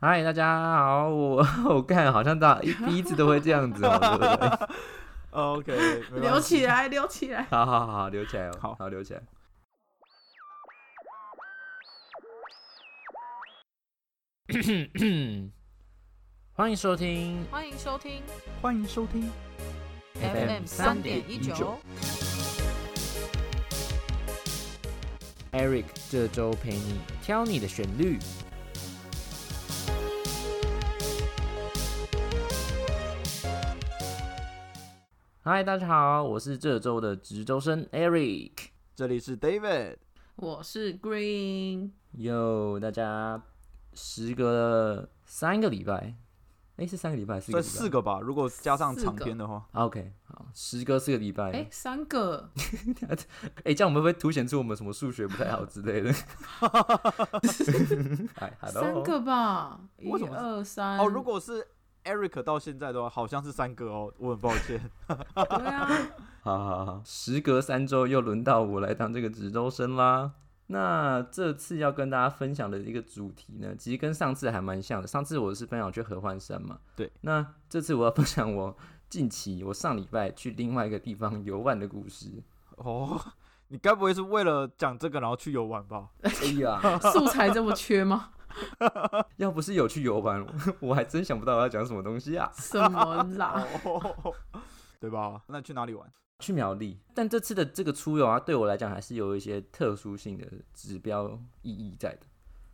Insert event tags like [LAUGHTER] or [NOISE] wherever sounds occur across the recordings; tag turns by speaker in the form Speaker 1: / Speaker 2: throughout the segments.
Speaker 1: 嗨，大家好，我 [LAUGHS] 我看好像大一第一次都会这样
Speaker 2: [LAUGHS]
Speaker 1: 子哦，对不对？ [LAUGHS]
Speaker 2: OK，没关
Speaker 3: 留起
Speaker 2: 系。
Speaker 3: 来，留起来。
Speaker 1: 好好好，留起来哦，
Speaker 2: 好
Speaker 1: 好留起来。欢迎收听
Speaker 3: 欢迎收听
Speaker 2: 欢迎收听，
Speaker 3: FM 三点一九，
Speaker 1: Eric 这周陪你挑你的旋律。嗨，大家好，我是这周的值周生 Eric。
Speaker 2: 这里是 David。
Speaker 3: 我是 Green，
Speaker 1: 哟，大家，时隔了三个礼拜，哎、是三个礼拜，四个
Speaker 2: 这
Speaker 1: 礼拜，
Speaker 2: 四个吧，如果加上
Speaker 3: 四个
Speaker 2: 长篇的话，
Speaker 1: 啊 OK，好，时隔四个礼拜，
Speaker 3: 哎、
Speaker 1: 哎、
Speaker 3: 三个，
Speaker 1: 这样我们会不会凸显出我们什么数学不太好之类的？ [LAUGHS] 哎，hello，
Speaker 3: 三个吧，一
Speaker 2: 为什么是
Speaker 3: 二三。
Speaker 2: 哦，如果是 Eric 到现在的话，好像是三个哦，我很抱歉。 [LAUGHS]
Speaker 3: 对啊，
Speaker 1: 好好好，时隔三周又轮到我来当这个值周生啦。那这次要跟大家分享的一个主题呢，其实跟上次还蛮像的。上次我是分享我去合欢山嘛，
Speaker 2: 对。
Speaker 1: 那这次我要分享我近期我上礼拜去另外一个地方游玩的故事。 [LAUGHS]
Speaker 2: 哦，你该不会是为了讲这个然后去游玩吧？
Speaker 1: 哎呀，
Speaker 3: 素材这么
Speaker 2: [LAUGHS]
Speaker 3: 缺吗？
Speaker 1: 要不是有去游玩，我还真想不到我要讲什么东西啊。
Speaker 3: 什么啦？
Speaker 2: 哦，对吧？那去哪里玩？
Speaker 1: 去苗栗，但这次的这个出游啊，对我来讲还是有一些特殊性的指标意义在的。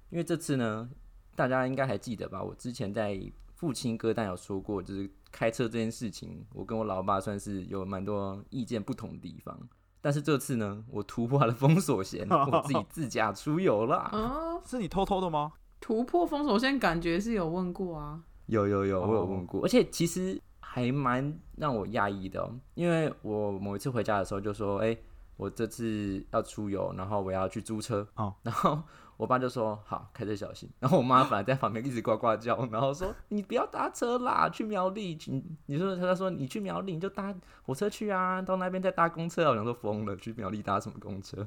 Speaker 1: 因为这次呢，大家应该还记得吧？我之前在父亲歌单有说过，就是开车这件事情，我跟我老爸算是有蛮多意见不同的地方。但是这次呢，我突破了封锁线，我自己自驾出游啦。
Speaker 3: 嗯，
Speaker 2: 是你偷偷的吗？
Speaker 3: 突破封锁线，感觉是有问过啊。
Speaker 1: 有有有，我有问过，而且其实还蛮让我讶异的、哦，因为我某一次回家的时候就说：“哎、我这次要出游，然后我要去租车。”
Speaker 2: 哦，
Speaker 1: [LAUGHS] 然后我爸就说：“好，开车小心。”然后我妈反而在旁边一直呱呱叫，然后说：“你不要搭车啦，去苗栗。你你说他说你去苗栗你就搭火车去啊，到那边再搭公车啊。”我想说疯了，去苗栗搭什么公车？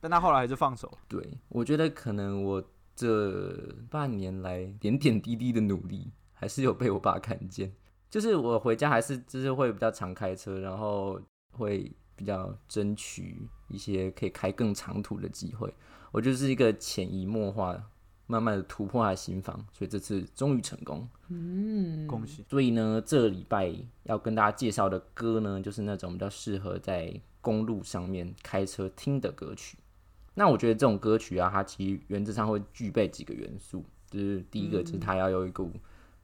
Speaker 2: 但他后来还是放手。
Speaker 1: 对，我觉得可能我这半年来点点滴滴的努力，还是有被我爸看见。就是我回家还是就是会比较常开车，然后会比较争取一些可以开更长途的机会。我就是一个潜移默化，慢慢的突破他的心房，所以这次终于成功。
Speaker 3: 嗯，
Speaker 2: 恭喜！
Speaker 1: 所以呢，这礼拜要跟大家介绍的歌呢，就是那种比较适合在公路上面开车听的歌曲。那我觉得这种歌曲啊，它其实原则上会具备几个元素，就是第一个就是它要有一股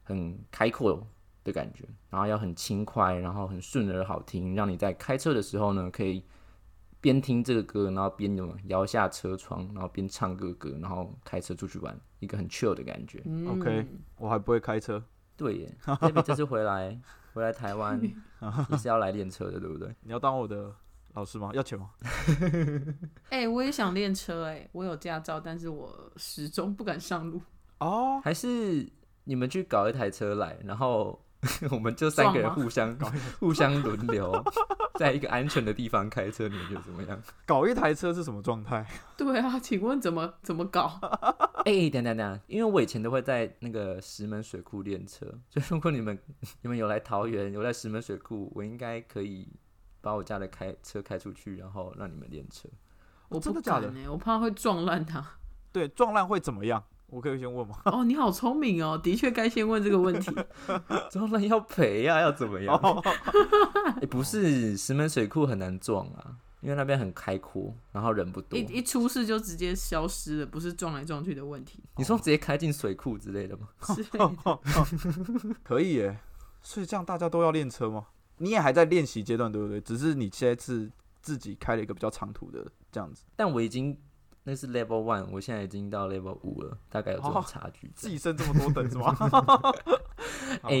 Speaker 1: 很开阔的感觉，然后要很轻快，然后很顺耳好听，让你在开车的时候呢，可以边听这个歌，然后边有摇下车窗，然后边唱歌歌，然后开车出去玩，一个很 chill 的感觉。
Speaker 3: 嗯
Speaker 2: OK 我还不会开车，
Speaker 1: 对 [LAUGHS] 耶，David 这次回来回来台 [LAUGHS] 湾也是要来练车的，对不对？
Speaker 2: 你要当我的老师吗？要钱吗？
Speaker 3: 哎、我也想练车、哎，我有驾照，但是我始终不敢上路。
Speaker 2: 哦，
Speaker 1: 还是你们去搞一台车来，然后 [LAUGHS] 我们就三个人
Speaker 3: 撞吗
Speaker 1: 互相互相轮流， [LAUGHS] 在一个安全的地方开车，你们觉得怎么样？
Speaker 2: 搞一台车是什么状态？
Speaker 3: 对啊，请问怎么怎么
Speaker 1: [LAUGHS]
Speaker 3: 搞？
Speaker 2: 啊
Speaker 1: 哎、等等等，因为我以前都会在那个石门水库练车，所以如果你们你们有来桃园，有来石门水库，我应该可以把我家的开车开出去，然后让你们练车。
Speaker 3: 我
Speaker 2: 真
Speaker 3: 不
Speaker 2: 的假
Speaker 3: 敢
Speaker 2: 的
Speaker 3: 哎、我怕会撞烂它。
Speaker 2: 对，撞烂会怎么样？我可以先问吗？
Speaker 3: [LAUGHS] 哦，你好聪明哦，的确该先问这个问
Speaker 1: [LAUGHS]
Speaker 3: 题。
Speaker 1: 撞然要赔呀、要怎么
Speaker 2: [LAUGHS]
Speaker 1: 样？
Speaker 2: 哦
Speaker 1: [LAUGHS] 欸不是石门水库很难撞啊，因为那边很开阔，然后人不多
Speaker 3: 一。一出事就直接消失了，不是撞来撞去的问
Speaker 1: [LAUGHS]
Speaker 3: 题。
Speaker 1: 你说直接开进水库之类的吗？
Speaker 3: 之类的
Speaker 2: 可以耶，所以这样大家都要练车吗？你也还在练习阶段，对不对？只是你现在是自己开了一个比较长途的这样子，
Speaker 1: 但我已经那是 level one，我现在已经到 level 五了，大概有这种
Speaker 2: 哦
Speaker 1: 差距在。
Speaker 2: 自己升这么多等是吗？
Speaker 1: 哎、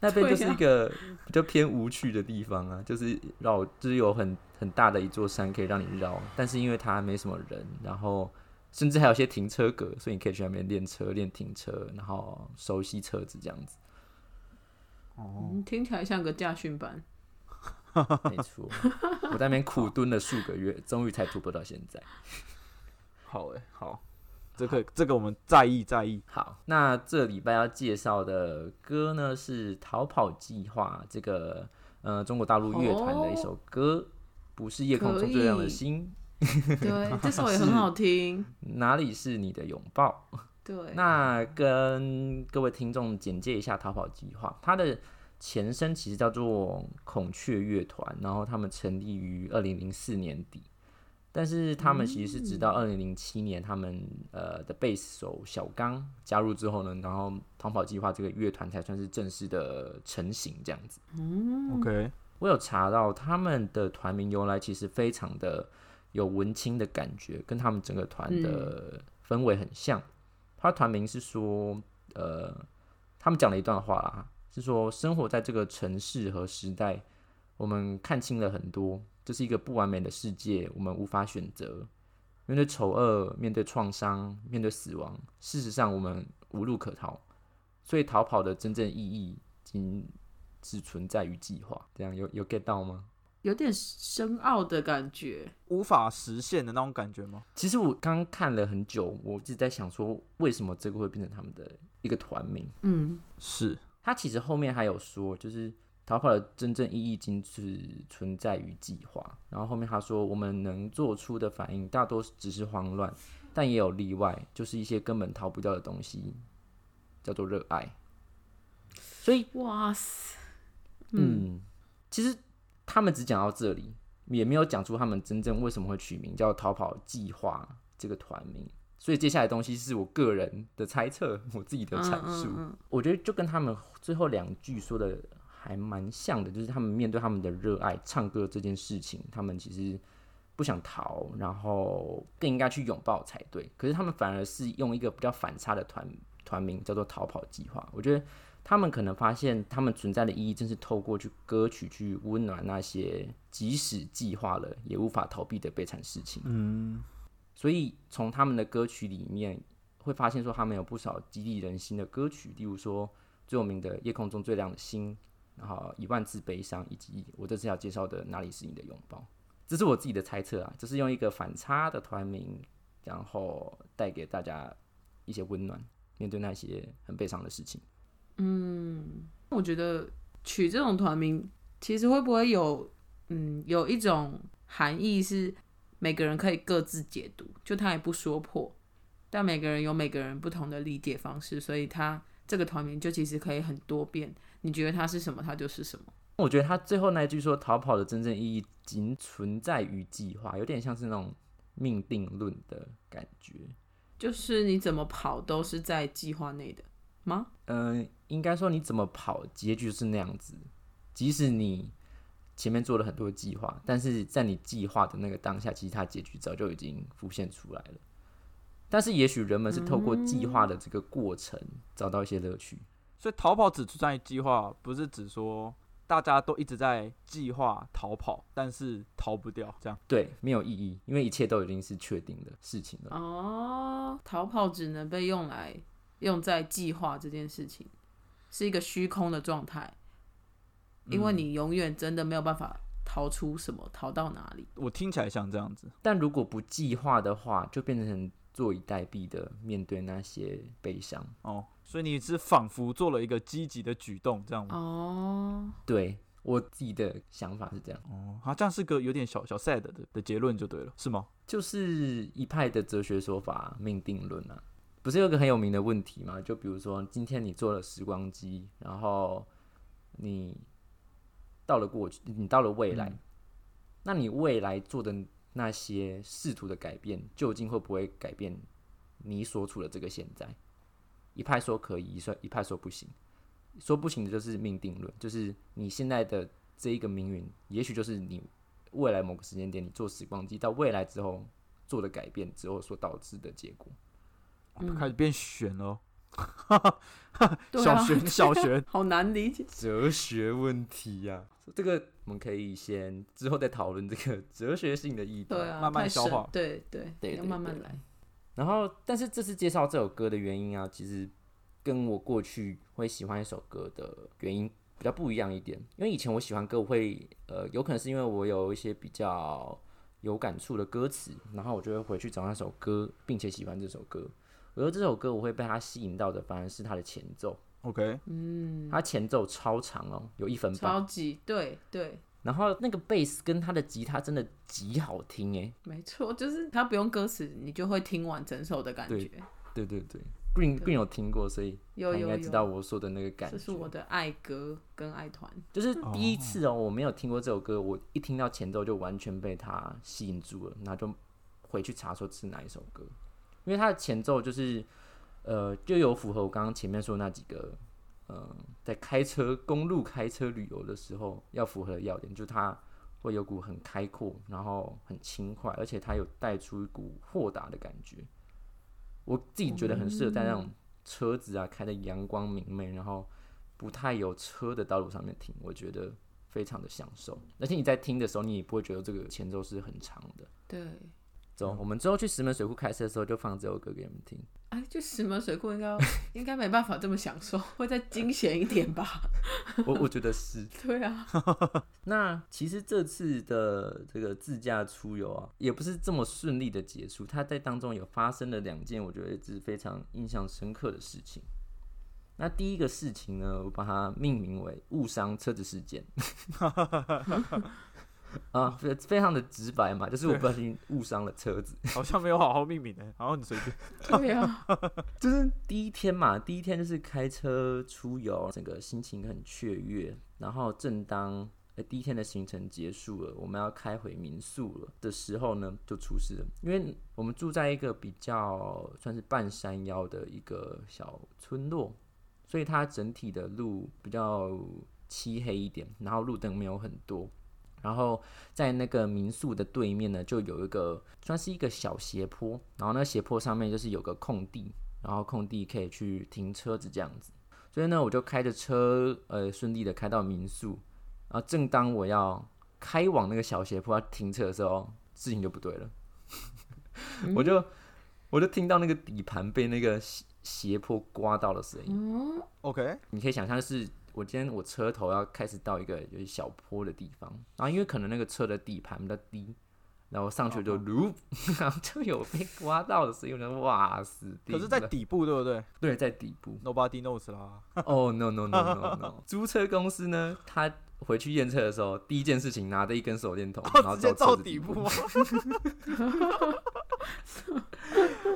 Speaker 1: 那边就是一个比较偏无趣的地方啊，就是绕，就是有很很大的一座山可以让你绕，但是因为它没什么人，然后甚至还有些停车格，所以你可以去那边练车、练停车，然后熟悉车子这样子。
Speaker 2: 哦，
Speaker 3: [LAUGHS] 嗯听起来像个驾训班。
Speaker 1: [LAUGHS] 没错，我在那边苦蹲了数个月，终于才突破到现在。
Speaker 2: 好哎，好，这个这个我们在意在意。
Speaker 1: 好，那这礼拜要介绍的歌呢是《逃跑计划》这个呃中国大陆乐团的一首歌，不是夜空中最亮的星，
Speaker 3: 对，这首也很好听。
Speaker 1: 哪里是你的拥抱？
Speaker 3: 对，
Speaker 1: 那跟各位听众简介一下《逃跑计划》，它的前身其实叫做孔雀乐团，然后他们成立于二零零四年底，但是他们其实是直到二零零七年，他们呃的贝斯手小刚加入之后呢，然后《逃跑计划》这个乐团才算是正式的成型这样子。
Speaker 2: OK，
Speaker 1: 我有查到他们的团名由来其实非常的有文青的感觉，跟他们整个团的氛围很像。他团名是说，呃，他们讲了一段话啦，是说生活在这个城市和时代，我们看清了很多，这是一个不完美的世界，我们无法选择。面对丑恶，面对创伤，面对死亡，事实上我们无路可逃，所以逃跑的真正意义仅只存在于计划。这样有有 get 到吗？
Speaker 3: 有点深奥的感觉。
Speaker 2: 无法实现的那种感觉吗？
Speaker 1: 其实我刚看了很久，我自己在想说，为什么这个会变成他们的一个团名？
Speaker 3: 嗯，
Speaker 2: 是
Speaker 1: 他其实后面还有说，就是逃跑的真正意义仅只存在于计划。然后后面他说，我们能做出的反应大多只是慌乱，但也有例外，就是一些根本逃不掉的东西，叫做热爱。所以，
Speaker 3: 哇塞，
Speaker 1: 嗯，其实他们只讲到这里，也没有讲出他们真正为什么会取名叫“逃跑计划”这个团名。所以接下来的东西是我个人的猜测，我自己的阐述。
Speaker 3: 嗯嗯嗯
Speaker 1: 我觉得就跟他们最后两句说的还蛮像的，就是他们面对他们的热爱，唱歌这件事情，他们其实不想逃，然后更应该去拥抱才对。可是他们反而是用一个比较反差的团团名叫做“逃跑计划”。我觉得他们可能发现他们存在的意义，正是透过去歌曲去温暖那些即使计划了也无法逃避的悲惨事情。
Speaker 2: 嗯，
Speaker 1: 所以从他们的歌曲里面会发现说，他们有不少激励人心的歌曲，例如说最有名的《夜空中最亮的星》，然后《一万次悲伤》，以及我这次要介绍的《哪里是你的拥抱》。这是我自己的猜测啊，这是用一个反差的团名，然后带给大家一些温暖，面对那些很悲伤的事情。
Speaker 3: 嗯我觉得取这种团名，其实会不会有嗯有一种含义是每个人可以各自解读，就他也不说破，但每个人有每个人不同的理解方式，所以他这个团名就其实可以很多变。你觉得它是什么，它就是什么。
Speaker 1: 我觉得他最后那一句说“逃跑的真正意义仅存在于计划”，有点像是那种命定论的感觉。
Speaker 3: 就是你怎么跑都是在计划内的吗？
Speaker 1: 嗯，应该说你怎么跑，结局是那样子。即使你前面做了很多计划，但是在你计划的那个当下，其实它结局早就已经浮现出来了。但是也许人们是透过计划的这个过程，找到一些乐趣。
Speaker 2: 所以逃跑只存在于计划，不是指说大家都一直在计划逃跑，但是逃不掉这样。
Speaker 1: 对，没有意义，因为一切都已经是确定的事情了。
Speaker 3: 哦，逃跑只能被用来用在计划这件事情，是一个虚空的状态，因
Speaker 1: 嗯
Speaker 3: 为你永远真的没有办法逃出什么，逃到哪里？
Speaker 2: 我听起来像这样子，
Speaker 1: 但如果不计划的话，就变成坐以待毙的面对那些悲伤。
Speaker 2: 哦，所以你是仿佛做了一个积极的举动，这样吗？
Speaker 3: 哦，
Speaker 1: 对我自己的想法是这样。
Speaker 2: 哦，好、这样是个有点小小 sad 的的结论就对了，是吗？
Speaker 1: 就是一派的哲学说法，命定论啊，不是有一个很有名的问题吗？就比如说，今天你坐了时光机，然后你到了过去，你到了未来，那你未来做的那些试图的改变，究竟会不会改变你所处的这个现在？一派说可以，一派一派说不行。说不行的就是命定论，就是你现在的这一个命运，也许就是你未来某个时间点，你做时光机到未来之后做的改变之后所导致的结果。
Speaker 3: 嗯
Speaker 2: 开始变悬了哦，
Speaker 3: 对
Speaker 2: 小
Speaker 3: 啊，
Speaker 2: 悬小悬
Speaker 3: [LAUGHS] 好难理解。
Speaker 1: 哲学问题啊呀、这个我们可以先之后再讨论这个 [LAUGHS] 哲学性的议题。
Speaker 3: 对啊，
Speaker 2: 慢慢
Speaker 3: 太深
Speaker 2: 消化
Speaker 3: 对对
Speaker 1: 对对
Speaker 3: 要慢慢
Speaker 1: 对
Speaker 3: 来。
Speaker 1: 然后，但是这次介绍这首歌的原因啊，其实跟我过去会喜欢一首歌的原因比较不一样一点。因为以前我喜欢歌，我会呃，有可能是因为我有一些比较有感触的歌词，然后我就会回去找那首歌，并且喜欢这首歌。而这首歌我会被它吸引到的，反而是它的前奏，
Speaker 2: OK，
Speaker 3: 嗯，
Speaker 1: 它前奏超长哦，有一分半，
Speaker 3: 超级对对，
Speaker 1: 然后那个贝斯跟它的吉他真的极好听欸诶。
Speaker 3: 没错，就是它不用歌词，你就会听完整首的感
Speaker 1: 对
Speaker 3: 觉。
Speaker 1: 对对对，Green Green 有听过，所以他
Speaker 3: 有
Speaker 1: 应
Speaker 3: 有
Speaker 1: 该
Speaker 3: 有，
Speaker 1: 知道我说的那个感
Speaker 3: 这
Speaker 1: 觉。
Speaker 3: 是我的爱歌跟爱团。
Speaker 1: 就是第一次哦、我没有听过这首歌，我一听到前奏就完全被它吸引住了，然后就回去查说是哪一首歌，因为它的前奏就是呃就有符合我刚刚前面说的那几个，呃，在开车公路开车旅游的时候要符合的要点，就它会有股很开阔，然后很轻快，而且它有带出一股豁达的感觉，我自己觉得很适合在那种车子啊开的阳光明媚，然后。不太有车的道路上面听，我觉得非常的享受。而且你在听的时候，你也不会觉得这个前奏是很长的。
Speaker 3: 对，
Speaker 1: 走，我们之后去石门水库开车的时候，就放这首歌给你们听。
Speaker 3: 哎，就石门水库应该应该没办法这么享受，会再惊险一点吧？ [LAUGHS]
Speaker 1: 我我觉得是。
Speaker 3: 对啊，
Speaker 1: 那其实这次的这个自驾出游啊，也不是这么顺利的结束。它在当中有发生了两件我觉得是非常印象深刻的事情。那第一个事情呢，我把它命名为误伤车子事件。啊，非非常的直白嘛，就是我不小心误伤了车子。
Speaker 2: 好像没有好好命名呢、然后你随便，
Speaker 3: 对啊，
Speaker 1: 就是第一天嘛，第一天就是开车出游，整个心情很雀跃。然后正当呃第一天的行程结束了，我们要开回民宿了的时候呢，就出事了。因为我们住在一个比较算是半山腰的一个小村落，所以它整体的路比较漆黑一点，然后路灯没有很多。然后在那个民宿的对面呢，就有一个算是一个小斜坡，然后那个斜坡上面就是有个空地，然后空地可以去停车子这样子。所以呢，我就开着车，呃，顺利的开到民宿。然后正当我要开往那个小斜坡要停车的时候，事情就不对了，我就我就听到那个底盘被那个斜斜坡刮到的声音。
Speaker 3: 嗯，
Speaker 2: OK，
Speaker 1: 你可以想象，就是我今天我车头要开始到一个就是小坡的地方，然后因为可能那个车的底盘比较低，然后上去
Speaker 2: 哦
Speaker 1: 就噜，然后就有被刮到的声音，我就哇死定
Speaker 2: 可
Speaker 1: 了！
Speaker 2: 是，在底部对不对
Speaker 1: 对在底部，
Speaker 2: ？Nobody knows 啦。
Speaker 1: 哦、no no no
Speaker 2: [LAUGHS]
Speaker 1: no no！租车公司呢，他回去验车的时候，第一件事情拿着一根手电筒，然后
Speaker 2: 哦，直接
Speaker 1: 照
Speaker 2: 照
Speaker 1: 车子
Speaker 2: 底
Speaker 1: 底
Speaker 2: 部
Speaker 3: [LAUGHS]
Speaker 2: 吗？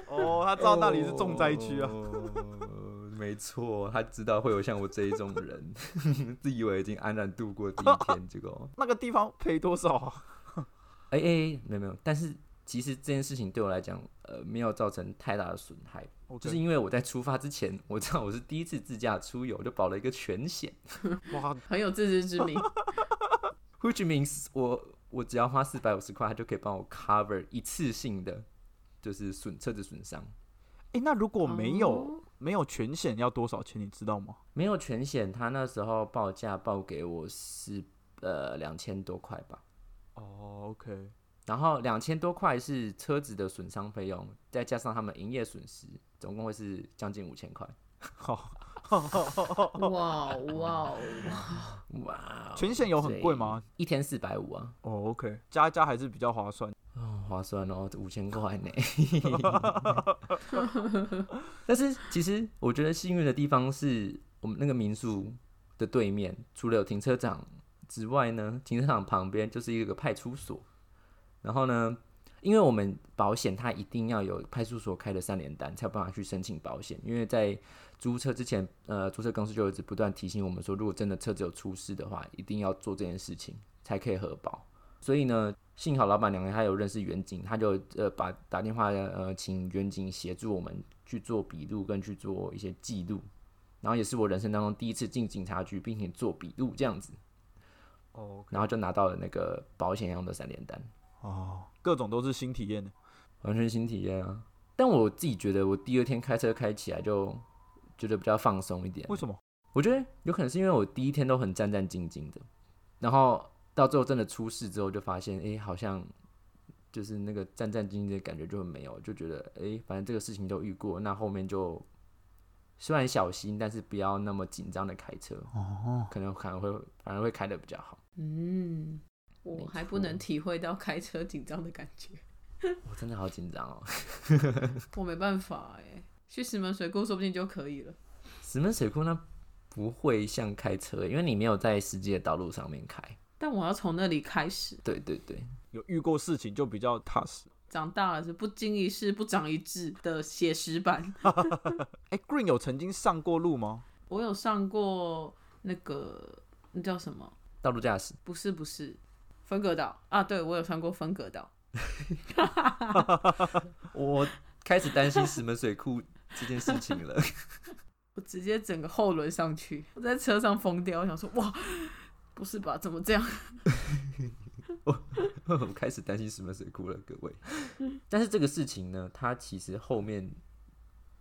Speaker 2: 哦，他知道那里是重灾区啊。
Speaker 1: 哦没错，他知道会有像我这一种人， [LAUGHS] 自以为已经安然度过第一天，结果
Speaker 2: 那个地方赔多少啊？
Speaker 1: 哎、哎、哎没有没有，但是其实这件事情对我来讲，呃，没有造成太大的损害，就是因为我在出发之前，我知道我是第一次自驾出游，就保了一个全险
Speaker 2: 哇，
Speaker 3: 很有自知之
Speaker 1: [LAUGHS]
Speaker 3: 明。
Speaker 1: ，which means 我我只要花四百五十块，它就可以帮我 cover 一次性的，就是损车子损伤。
Speaker 2: 哎，那如果没有
Speaker 3: 哦
Speaker 2: 没有全险要多少钱？你知道吗？
Speaker 1: 没有全险，他那时候报价报给我是呃两千多块吧，
Speaker 2: 哦，OK，
Speaker 1: 然后两千多块是车子的损伤费用，再加上他们营业损失，总共会是将近五千块。
Speaker 2: 好，
Speaker 3: 哇哇哇！
Speaker 1: 哇哦，
Speaker 2: 全险有很贵
Speaker 3: 哦
Speaker 2: 吗？
Speaker 1: 一天四百五啊，
Speaker 2: 哦，OK，加一加还是比较划算。
Speaker 1: 哦，划算哦，五千块呢。 [LAUGHS] 但是其实我觉得幸运的地方是我们那个民宿的对面，除了有停车场之外呢，停车场旁边就是一个派出所。然后呢，因为我们保险它一定要有派出所开的三联单才有办法去申请保险，因为在租车之前，呃，租车公司就一直不断提醒我们说，如果真的车子有出事的话，一定要做这件事情才可以核保。所以呢，幸好老板娘她有认识远景，她就呃把打电话呃请远景协助我们去做笔录跟去做一些记录，然后也是我人生当中第一次进警察局并且做笔录这样子，
Speaker 2: 哦
Speaker 1: 然后就拿到了那个保险用的三联单，
Speaker 2: 哦，各种都是新体验的。
Speaker 1: 完全新体验啊！但我自己觉得我第二天开车开起来就觉得比较放松一点，
Speaker 2: 为什么？
Speaker 1: 我觉得有可能是因为我第一天都很战战兢兢的，然后到最后真的出事之后，就发现哎、诶好像就是那个战战兢兢的感觉就很没有，就觉得哎、诶反正这个事情都遇过，那后面就虽然小心，但是不要那么紧张的开车，
Speaker 2: 哦，
Speaker 1: 可能可能会反而会开的比较好。
Speaker 3: 嗯，我还不
Speaker 1: 没错
Speaker 3: 能体会到开车紧张的感觉，
Speaker 1: 我真的好紧张哦，
Speaker 3: 我没办法哎。去石门水库说不定就可以了。
Speaker 1: 石门水库那不会像开车，因为你没有在实际的道路上面开。
Speaker 3: 但我要从那里开始，
Speaker 1: 对对对，
Speaker 2: 有遇过事情就比较踏实。
Speaker 3: 长大了是不经一事不长一智的写实版。
Speaker 2: 哎、g r e e n 有曾经上过路吗？
Speaker 3: 我有上过那个那叫什么？
Speaker 1: 道路驾驶
Speaker 3: 不是不是，分隔岛啊，对我有上过分隔岛。
Speaker 1: 我开始担心石门水库这件事情了。
Speaker 3: 我直接整个后轮上去，我在车上疯掉，我想说哇，不是吧？怎么这样？ [LAUGHS]
Speaker 1: [LAUGHS] 我开始担心石门水库了，各位。但是这个事情呢，它其实后面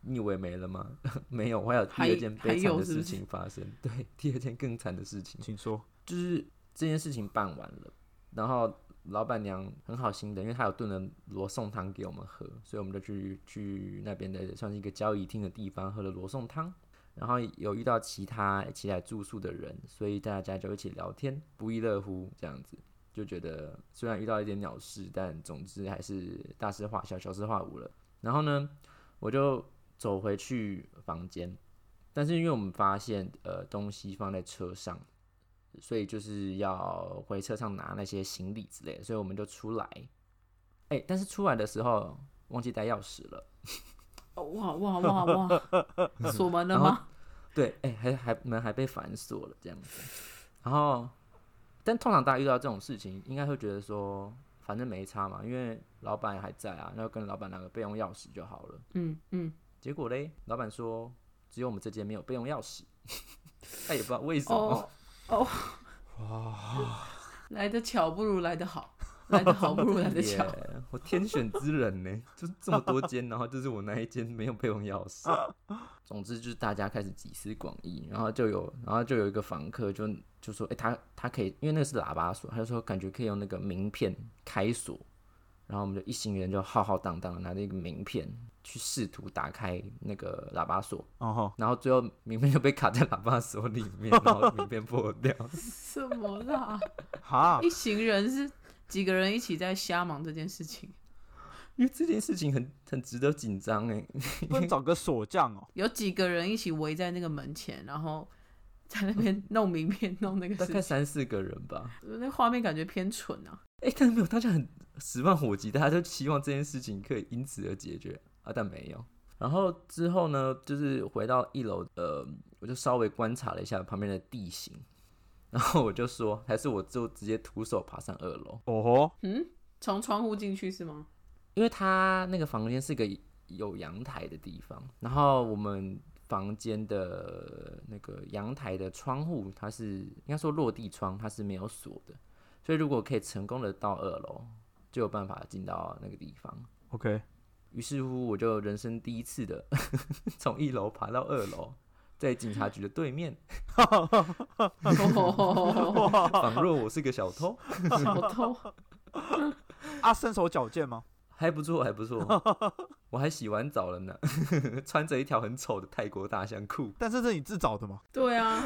Speaker 1: 你以为没了吗？ [LAUGHS] 没有，我还有第
Speaker 3: 还
Speaker 1: 二件悲惨
Speaker 3: 还有
Speaker 1: 的
Speaker 3: 是不
Speaker 1: 事
Speaker 3: 是
Speaker 1: 情发生。对，第二件更惨的事情，
Speaker 2: 请说。
Speaker 1: 就是这件事情办完了，然后老板娘很好心的，因为她有炖了罗宋汤给我们喝，所以我们就去去那边的算是一个交易厅的地方喝了罗宋汤。然后有遇到其他一起来住宿的人，所以大家就一起聊天，不亦乐乎这样子，就觉得虽然遇到一点鸟事，但总之还是大事化小，小事化无了。然后呢，我就走回去房间，但是因为我们发现呃东西放在车上，所以就是要回车上拿那些行李之类的，所以我们就出来。哎、但是出来的时候忘记带钥匙了。
Speaker 3: 哦哇哇哇哇，锁门了
Speaker 1: 然后
Speaker 3: 吗？ [LAUGHS]
Speaker 1: 对，哎、还还门还被反锁了这样子。然后，但通常大家遇到这种事情，应该会觉得说，反正没差嘛，因为老板还在啊，那跟老板拿个备用钥匙就好了。
Speaker 3: 嗯嗯，
Speaker 1: 结果嘞，老板说只有我们这间没有备用钥匙， [LAUGHS] 他也不知道为什么。
Speaker 3: 哦哦，哇，来得巧不如来得好，来得好不如来得巧。
Speaker 1: [LAUGHS] 耶我天选之人呢，就是这么多间，然后就是我那一间没有备用钥匙。总之就是大家开始集思广益，然后就有，然后就有一个房客就就说，哎、他他可以，因为那个是喇叭锁，他就说感觉可以用那个名片开锁。然后我们就一行人就浩浩荡荡的拿着一个名片去试图打开那个喇叭锁，
Speaker 2: 哦吼，
Speaker 1: 然后最后名片就被卡在喇叭锁里面，然后名片破掉。
Speaker 3: 什么啦？ [LAUGHS]
Speaker 2: [LAUGHS] 哈，
Speaker 3: 一行人是几个人一起在瞎忙这件事情，
Speaker 1: [LAUGHS] 因为这件事情很很值得紧张哎，
Speaker 2: 不能找个锁匠哦。
Speaker 3: 有几个人一起围在那个门前，然后 [LAUGHS] 在那
Speaker 1: [LAUGHS]
Speaker 3: 边弄名片、弄那个
Speaker 1: 大
Speaker 3: 事
Speaker 1: 概
Speaker 3: 情，
Speaker 1: 三四个人吧。
Speaker 3: 那画面感觉偏蠢啊。
Speaker 1: 哎、但是没有，大家很十万火急，大家都希望这件事情可以因此而解决啊，但没有。然后之后呢，就是回到一楼，呃，我就稍微观察了一下旁边的地形，然后我就说，还是我就直接徒手爬上二楼，
Speaker 2: [LAUGHS] 哦吼，
Speaker 3: 嗯，从窗户进去
Speaker 1: [LAUGHS]
Speaker 3: 是吗？
Speaker 1: 因为他那个房间是个有阳台的地方，然后我们房间的那个阳台的窗户，它是应该说落地窗，它是没有锁的，所以如果可以成功的到二楼，就有办法进到那个地方。
Speaker 2: ，OK，
Speaker 1: 于是乎，我就人生第一次的 [LAUGHS] 从一楼爬到二楼，在警察局的对面，
Speaker 3: 哦， [LAUGHS]
Speaker 1: 仿若我是个小偷，
Speaker 3: 小偷， [LAUGHS]
Speaker 2: 啊，身手矫健吗？
Speaker 1: 还不错，还不错。我还洗完澡了呢， [LAUGHS] 穿着一条很丑的泰国大象裤，
Speaker 2: 但是这你自找的嘛？
Speaker 3: 对啊，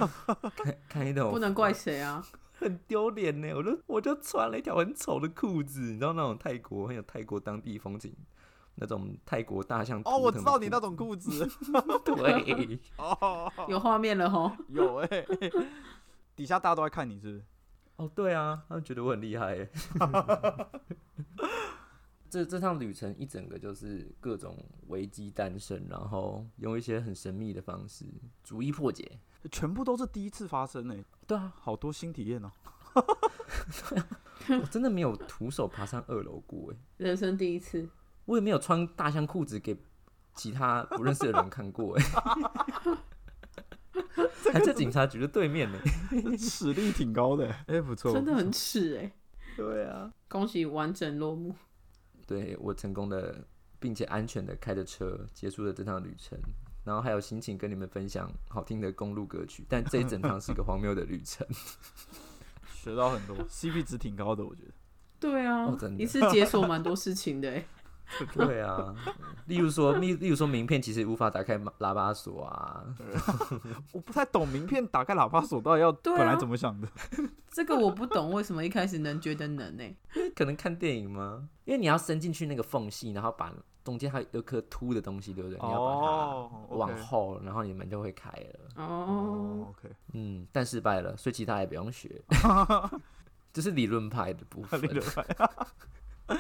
Speaker 1: 看看一种
Speaker 3: 不能怪谁啊。
Speaker 1: 很丢脸呢。我就我就穿了一条很丑的裤子，你知道那种泰国很有泰国当地风情那种泰国大象
Speaker 2: 哦，我知道你那
Speaker 1: 的
Speaker 2: 种裤 [LAUGHS] 子。
Speaker 1: 对，
Speaker 2: [LAUGHS] 哦，
Speaker 3: 有画面了吼，
Speaker 2: 有哎、底下大家都在看你是不是？
Speaker 1: 哦，对啊，他们觉得我很厉
Speaker 2: [LAUGHS]
Speaker 1: 害耶。这这趟旅程一整个就是各种危机诞生，然后用一些很神秘的方式逐一破
Speaker 2: [LAUGHS]
Speaker 1: 解。
Speaker 2: 全部都是第一次发生哎、
Speaker 1: 对啊，
Speaker 2: 好多新体验哦、 [LAUGHS]
Speaker 1: 我真的没有徒手爬上二楼过哎，
Speaker 3: 人生第一次，
Speaker 1: 我也没有穿大象裤子给其他不认识的人看过 [LAUGHS] 哎，还在警察局的对面呢。
Speaker 2: 实力挺高 [LAUGHS] 的、哎、不错
Speaker 3: 真的很耻哎、
Speaker 1: 对啊，
Speaker 3: 恭喜完整落幕，
Speaker 1: 对我成功的并且安全的开着车结束了这趟旅程，然后还有心情跟你们分享好听的公路歌曲，但这一整趟是个荒谬的旅程。
Speaker 2: 学到很多，CP 值挺高的，我觉得。
Speaker 3: 对啊，
Speaker 1: 哦真的
Speaker 3: 一次解锁蛮多事情的哎、
Speaker 1: [LAUGHS] 对啊，例如说，例例如说，名片其实无法打开马喇叭锁啊，
Speaker 2: 我不太懂名片打开喇叭锁到底要
Speaker 3: 对啊
Speaker 2: 本来怎么想的。
Speaker 3: [LAUGHS] 这个我不懂，为什么一开始能觉得能欸呢、
Speaker 1: 可能看电影吗？因为你要伸进去那个缝隙，然后把中间还有一颗凸的东西，对不对？你要把
Speaker 2: 哦
Speaker 1: 它往后，然后你们就会开了。
Speaker 3: 哦，
Speaker 2: 哦，OK，
Speaker 1: 嗯，但失败了，所以其他也不用 [LAUGHS] 学。这 [LAUGHS] 是理论派的部分
Speaker 2: 立。得来。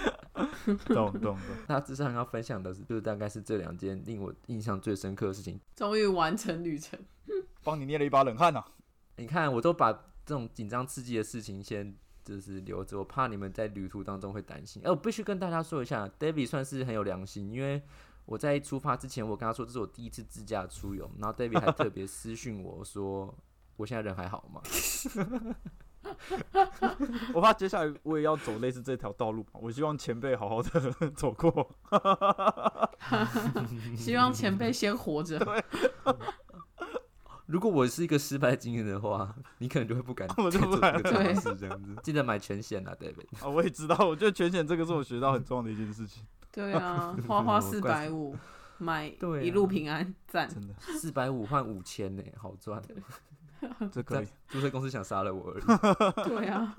Speaker 2: 懂懂懂，
Speaker 1: 大致上要分享的是，就是大概是这两件令我印象最深刻的事情。
Speaker 3: 终于完成旅程。
Speaker 2: 帮你捏了一把冷汗呐、啊。
Speaker 1: 你看，我都把这种紧张刺激的事情先就是留着，我怕你们在旅途当中会担心。哎、我必须跟大家说一下，David 算是很有良心，因为我在出发之前，我跟他说这是我第一次自驾出游，然后 David 还特别私讯我说。 [LAUGHS] 我现在人还好吗？
Speaker 2: 我怕接下来我也要走类似这条道路吧，我希望前辈好好的走
Speaker 1: [LAUGHS]
Speaker 2: 过。啊
Speaker 3: 希望前辈先活着。
Speaker 1: 如果我是一个失败经验的话， [LAUGHS] 你可能就会不敢
Speaker 2: [LAUGHS] 我
Speaker 1: 再
Speaker 2: 就不
Speaker 1: 做
Speaker 2: 敢
Speaker 1: 这个尝试，这样子。记得买全险啊，David。
Speaker 2: 啊，我也知道，我觉得全险这个是我学到很重要的一件事情，
Speaker 3: 对啊，花花四百五买
Speaker 1: 对啊
Speaker 3: 一路平安，
Speaker 2: [LAUGHS]
Speaker 3: 赞、
Speaker 2: 真的，
Speaker 1: 四百五换五千呢， [LAUGHS] 好赚。
Speaker 2: 这可以。
Speaker 1: 注册公司想杀了我而已。 [LAUGHS]
Speaker 3: 对啊，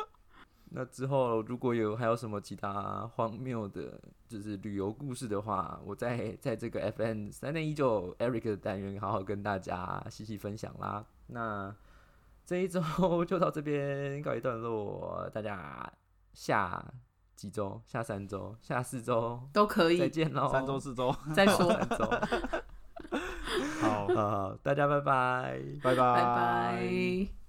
Speaker 1: 那之后如果有还有什么其他荒谬的，就是旅游故事的话，我在在这个 FN 三点一九 Eric 的单元好好跟大家细细分享啦。那这一周就到这边告一段落，大家下几周、下三周、下四周
Speaker 3: 都可
Speaker 1: 再
Speaker 3: 以。
Speaker 1: 见喽，
Speaker 2: 三周四周，
Speaker 3: 再说，
Speaker 1: 三周，
Speaker 2: 好，
Speaker 1: [LAUGHS] 好，大家拜拜。
Speaker 2: 拜拜
Speaker 3: 拜拜。